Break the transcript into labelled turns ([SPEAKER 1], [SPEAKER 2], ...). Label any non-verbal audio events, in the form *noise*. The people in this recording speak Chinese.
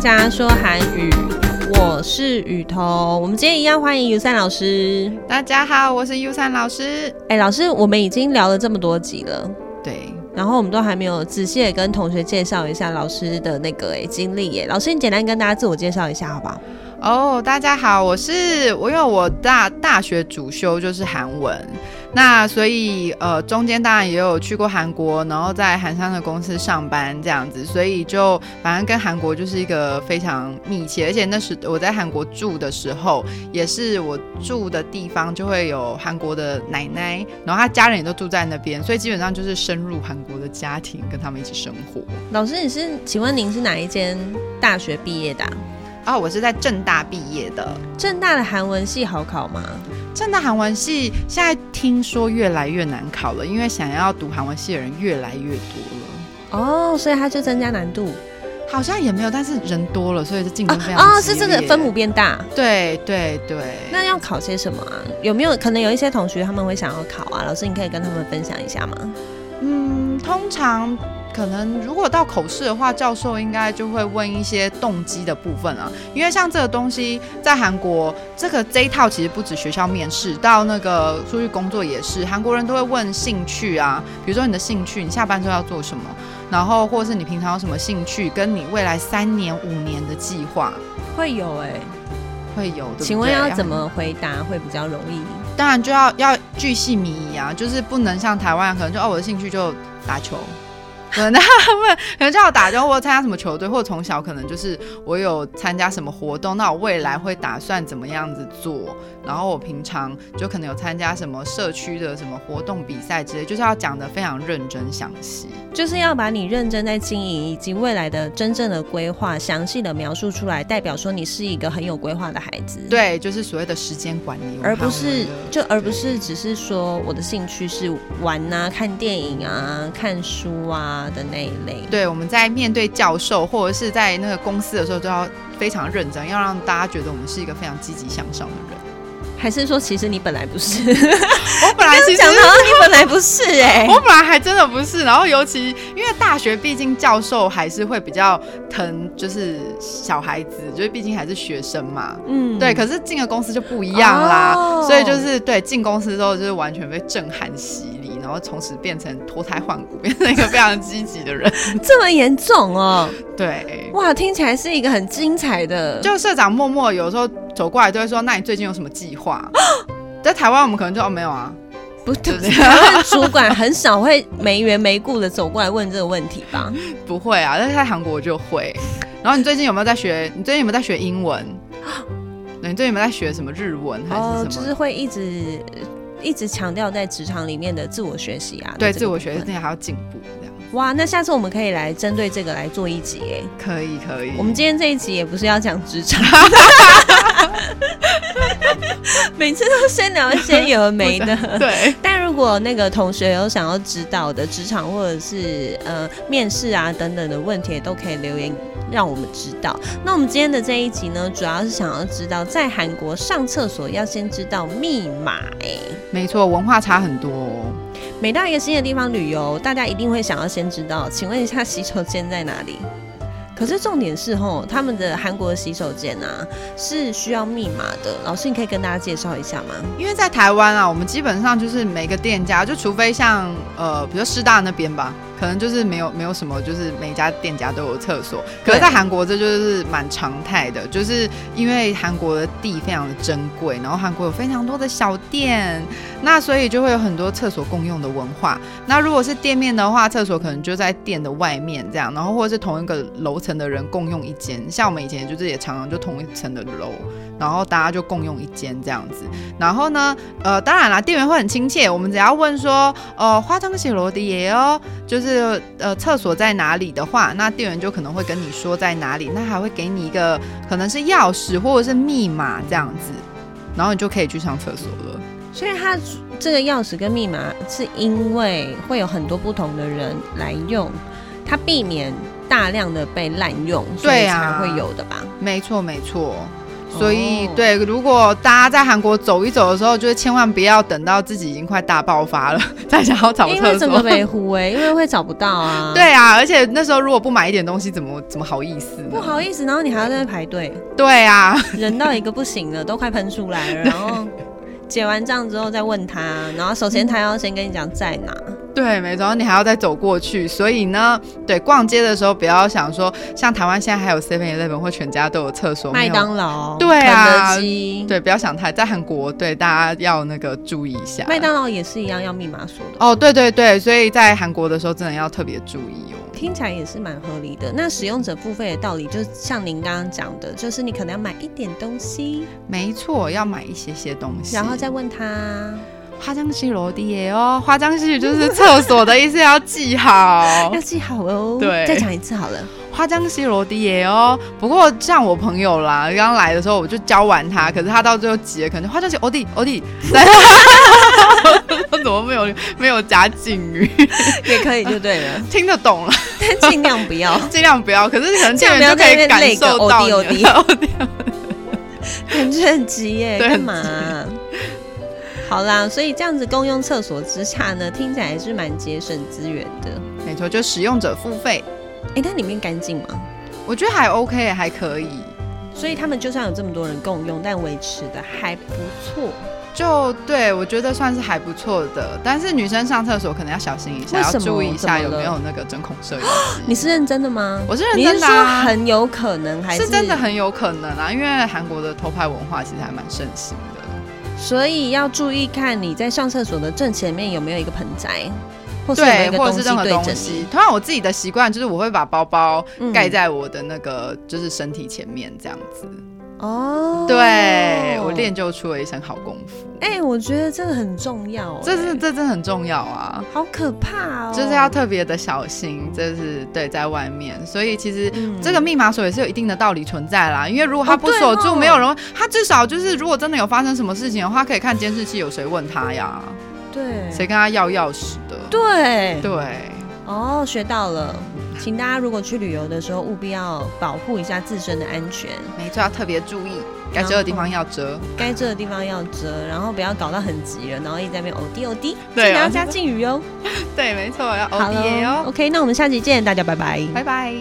[SPEAKER 1] 家说韩语，我是雨桐。我们今天一样欢迎尤善老师。
[SPEAKER 2] 大家好，我是 U 三老师。
[SPEAKER 1] 哎、老师，我们已经聊了这么多集了，
[SPEAKER 2] 对，
[SPEAKER 1] 然后我们都还没有仔细的跟同学介绍一下老师的那个哎、经历耶。老师，你简单跟大家自我介绍一下好不好？
[SPEAKER 2] 哦、大家好，我是我，因为我大大学主修就是韩文，那所以呃中间当然也有去过韩国，然后在韩商的公司上班这样子，所以就反正跟韩国就是一个非常密切，而且那时我在韩国住的时候，也是我住的地方就会有韩国的奶奶，然后她家人也都住在那边，所以基本上就是深入韩国的家庭，跟他们一起生活。
[SPEAKER 1] 老师，你是请问您是哪一间大学毕业的啊、
[SPEAKER 2] 啊，我是在正大毕业的。
[SPEAKER 1] 正大的韩文系好考吗？
[SPEAKER 2] 正大韩文系现在听说越来越难考了，因为想要读韩文系的人越来越多
[SPEAKER 1] 哦，所以它就增加难度
[SPEAKER 2] 了。好像也没有，但是人多了，所以就竞
[SPEAKER 1] 啊
[SPEAKER 2] 争非常激烈。
[SPEAKER 1] 哦，是这个分母变大。
[SPEAKER 2] 对对对，
[SPEAKER 1] 那要考些什么啊？有没有可能有一些同学他们会想要考啊？老师，你可以跟他们分享一下吗？
[SPEAKER 2] 嗯，通常可能如果到口试的话，教授应该就会问一些动机的部分啊，因为像这个东西在韩国，这个这一套其实不止学校面试，到那个出去工作也是，韩国人都会问兴趣啊，比如说你的兴趣，你下班之后要做什么，然后或是你平常有什么兴趣，跟你未来三年五年的计划
[SPEAKER 1] 会有哎、
[SPEAKER 2] 会有，对不对
[SPEAKER 1] 请问要怎么回答会比较容易？
[SPEAKER 2] 当然就要要巨细靡遗啊，就是不能像台湾可能就哦我的兴趣就打球， *laughs* 可能可能就要打球，或者参加什么球队，或者从小可能就是我有参加什么活动，那我未来会打算怎么样子做，然后我平常就可能有参加什么社区的什么活动比赛之类，就是要讲的非常认真详细。
[SPEAKER 1] 就是要把你认真在经营以及未来的真正的规划详细的描述出来，代表说你是一个很有规划的孩子。。
[SPEAKER 2] 对，就是所谓的时间管理，
[SPEAKER 1] 而不是
[SPEAKER 2] 我
[SPEAKER 1] 就而不是只是说我的兴趣是玩啊、看电影啊、看书啊的那一类。
[SPEAKER 2] 对，我们在面对教授或者是在那个公司的时候，都要非常认真，要让大家觉得我们是一个非常积极向上的人。
[SPEAKER 1] 还是说其实你本来不是？
[SPEAKER 2] *laughs* 我本来其实
[SPEAKER 1] 哎讲的好像你本来不是哎、
[SPEAKER 2] *laughs* 我本来还真的不是，然后尤其因为大学，毕竟教授还是会比较疼，就是小孩子，就是毕竟还是学生嘛。
[SPEAKER 1] 嗯
[SPEAKER 2] 对，可是进了公司就不一样啦，
[SPEAKER 1] 哦
[SPEAKER 2] 所以就是对进公司之后就是完全被震撼洗礼，然后从此变成脱胎换骨，变成一个非常积极的人。
[SPEAKER 1] 这么严重哦！
[SPEAKER 2] 对，
[SPEAKER 1] 哇，听起来是一个很精彩的，
[SPEAKER 2] 就社长默默有时候走过来都会说：“那你最近有什么计划？” *gasps* 在台湾我们可能就哦没有啊，
[SPEAKER 1] 不对不对？
[SPEAKER 2] 对
[SPEAKER 1] 台湾 *laughs* 主管很少会没缘没故的走过来问这个问题吧？
[SPEAKER 2] 不会啊，但是在韩国我就会。然后你最近有没有在学？你最近有没有在学英文？对，你最近有没有在学什么日文还
[SPEAKER 1] 哦，
[SPEAKER 2] 是
[SPEAKER 1] 就
[SPEAKER 2] 什么？
[SPEAKER 1] 是会一直呃一直强调在职场里面的自我学习啊，
[SPEAKER 2] 对
[SPEAKER 1] 这个
[SPEAKER 2] 自我学习
[SPEAKER 1] 部
[SPEAKER 2] 那还要进步，这样
[SPEAKER 1] 分。哇，那下次我们可以来针对这个来做一集哎。
[SPEAKER 2] 可以可以。
[SPEAKER 1] 我们今天这一集也不是要讲职
[SPEAKER 2] *laughs*
[SPEAKER 1] 场，每次都先聊一些有的没的。
[SPEAKER 2] 对 *laughs*
[SPEAKER 1] 但如果那个同学有想要指导的职场或者是呃面试啊等等的问题，也都可以留言让我们知道。那我们今天的这一集呢，主要是想要知道在韩国上厕所要先知道密码、欸。
[SPEAKER 2] 没错，文化差很多、哦。
[SPEAKER 1] 每到一个新的地方旅游，大家一定会想要先知道，请问一下洗手间在哪里？可是重点是吼，他们的韩国的洗手间啊是需要密码的。老师，你可以跟大家介绍一下吗？
[SPEAKER 2] 因为在台湾啊，我们基本上就是每个店家，就除非像呃，比如说师大那边吧，可能就是没有没有什么，就是每家店家都有厕所。可是，
[SPEAKER 1] 对
[SPEAKER 2] 在韩国这就是蛮常态的，就是因为韩国的地非常的珍贵，然后韩国有非常多的小店，那所以就会有很多厕所共用的文化。那如果是店面的话，厕所可能就在店的外面这样，然后或者是同一个楼层的人共用一间。像我们以前就是也常常就同一层的楼，然后大家就共用一间这样子。然后呢，呃，当然啦，店员会很亲切，我们只要问说，呃，花灯写罗的耶哦，就是呃，厕所在哪里的话，那店员就可能会跟你说在哪里，那还会给你一个可能是钥匙或者是密码这样子，然后你就可以去上厕所了。
[SPEAKER 1] 所以它这个钥匙跟密码是因为会有很多不同的人来用，它避免大量的被滥用，所以
[SPEAKER 2] 对
[SPEAKER 1] 才
[SPEAKER 2] 啊
[SPEAKER 1] 会有的吧？
[SPEAKER 2] 没错，没错。所以
[SPEAKER 1] 哦
[SPEAKER 2] 对，如果大家在韩国走一走的时候，就是千万不要等到自己已经快大爆发了 *laughs* 再想要找
[SPEAKER 1] 因为
[SPEAKER 2] 厕
[SPEAKER 1] 整个
[SPEAKER 2] 所。
[SPEAKER 1] 北湖哎、因为会找不到啊。。
[SPEAKER 2] *laughs* 对啊，而且那时候如果不买一点东西，怎么怎么好意思呢？
[SPEAKER 1] 不好意思，然后你还要在那排队，
[SPEAKER 2] 对啊，
[SPEAKER 1] 人到一个不行了，都快喷出来
[SPEAKER 2] *laughs*
[SPEAKER 1] 了。然后结完账之后再问他，然后首先他要先跟你讲在哪，
[SPEAKER 2] 对，没错，然后你还要再走过去，所以呢，对，逛街的时候不要想说，像台湾现在还有 Seven Eleven 或全家都有厕所，
[SPEAKER 1] 麦
[SPEAKER 2] 没有
[SPEAKER 1] 当劳、
[SPEAKER 2] 嗯对啊
[SPEAKER 1] 肯德基，
[SPEAKER 2] 对，不要想太，在韩国对大家要那个注意一下。
[SPEAKER 1] 麦当劳也是一样要密码锁的。
[SPEAKER 2] 哦，对对对，所以在韩国的时候真的要特别注意哦。
[SPEAKER 1] 听起来也是蛮合理的。那使用者付费的道理，就像您刚刚讲的，就是你可能要买一点东西，
[SPEAKER 2] 没错，要买一些些东西。
[SPEAKER 1] 然后再问他
[SPEAKER 2] 화장실罗地耶哦，화장실就是厕所的意思，要记好
[SPEAKER 1] *laughs* 要。记好哦。
[SPEAKER 2] 对
[SPEAKER 1] 再讲一次好了。
[SPEAKER 2] 화장실罗地耶哦。不过像我朋友啦，刚来的时候我就教完他，可是他到最后急了，可能화장실罗地罗地，他哦 *laughs* 怎么没有没有加敬语？
[SPEAKER 1] 也可以就对了，
[SPEAKER 2] 听得懂了，
[SPEAKER 1] *laughs* 但尽量不要。
[SPEAKER 2] 尽量不要。可是可能
[SPEAKER 1] 尽量不要
[SPEAKER 2] 店员就可
[SPEAKER 1] 在那
[SPEAKER 2] 以
[SPEAKER 1] 边
[SPEAKER 2] 感
[SPEAKER 1] 累个
[SPEAKER 2] 受到你
[SPEAKER 1] 欧哦弟
[SPEAKER 2] 的
[SPEAKER 1] 感觉很急耶，
[SPEAKER 2] 对
[SPEAKER 1] 干嘛啊、好啦，所以这样子共用厕所之下呢，听起来还是蛮节省资源的。
[SPEAKER 2] 没错，就使用者付费，
[SPEAKER 1] 哎、那里面干净吗？
[SPEAKER 2] 我觉得还 OK，还可以。
[SPEAKER 1] 所以他们就算有这么多人共用，但维持的还不错。
[SPEAKER 2] 就对我觉得算是还不错的，但是女生上厕所可能要小心一下，
[SPEAKER 1] 为什
[SPEAKER 2] 要
[SPEAKER 1] 么
[SPEAKER 2] 注意一下
[SPEAKER 1] 怎
[SPEAKER 2] 有
[SPEAKER 1] 么了
[SPEAKER 2] 没有那个针孔摄影
[SPEAKER 1] *gasps* 你是认真的吗？
[SPEAKER 2] 我是认
[SPEAKER 1] 你是
[SPEAKER 2] 真的、
[SPEAKER 1] 说
[SPEAKER 2] 啊，
[SPEAKER 1] 很有可能还是
[SPEAKER 2] 是真的？很有可能啊，因为韩国的偷拍文化其实还蛮盛行的。
[SPEAKER 1] 所以要注意看你在上厕所的正前面有没有一个盆栽，或是有没有
[SPEAKER 2] 对
[SPEAKER 1] 一，个
[SPEAKER 2] 或
[SPEAKER 1] 东西
[SPEAKER 2] 者是任何
[SPEAKER 1] 对
[SPEAKER 2] 东
[SPEAKER 1] 着
[SPEAKER 2] 西
[SPEAKER 1] 你。，
[SPEAKER 2] 通常我自己的习惯就是我会把包包
[SPEAKER 1] 嗯
[SPEAKER 2] 盖在我的那个就是身体前面这样子。
[SPEAKER 1] 哦，
[SPEAKER 2] 对我练。就出了一身好功夫，
[SPEAKER 1] 哎、我觉得这个很重要、
[SPEAKER 2] 这是
[SPEAKER 1] 哎
[SPEAKER 2] 这真的很重要啊。
[SPEAKER 1] 好可怕哦！
[SPEAKER 2] 就是要特别的小心，这是对在外面，所以其实
[SPEAKER 1] 嗯
[SPEAKER 2] 这个密码锁也是有一定的道理存在啦。因为如果他
[SPEAKER 1] 哦
[SPEAKER 2] 不
[SPEAKER 1] 对
[SPEAKER 2] 锁住，
[SPEAKER 1] 哦
[SPEAKER 2] 没有人，他至少就是如果真的有发生什么事情的话，可以看监视器有谁问他呀，
[SPEAKER 1] 对
[SPEAKER 2] 谁跟他要钥匙的。
[SPEAKER 1] 对
[SPEAKER 2] 啊对
[SPEAKER 1] 哦，学到了。请大家如果去旅游的时候，务必要保护一下自身的安全，
[SPEAKER 2] 没错，要特别注意，该遮的地方要遮。
[SPEAKER 1] 该遮的地方要遮，然后不要搞到很急了，然后一直在那边呕滴呕滴，
[SPEAKER 2] 对
[SPEAKER 1] 记得
[SPEAKER 2] 啊
[SPEAKER 1] 要加敬语哦。
[SPEAKER 2] 对，没错，要 O
[SPEAKER 1] 好
[SPEAKER 2] D A
[SPEAKER 1] 了
[SPEAKER 2] 哦。
[SPEAKER 1] ，OK，那我们下期见，大家拜拜。
[SPEAKER 2] 拜拜。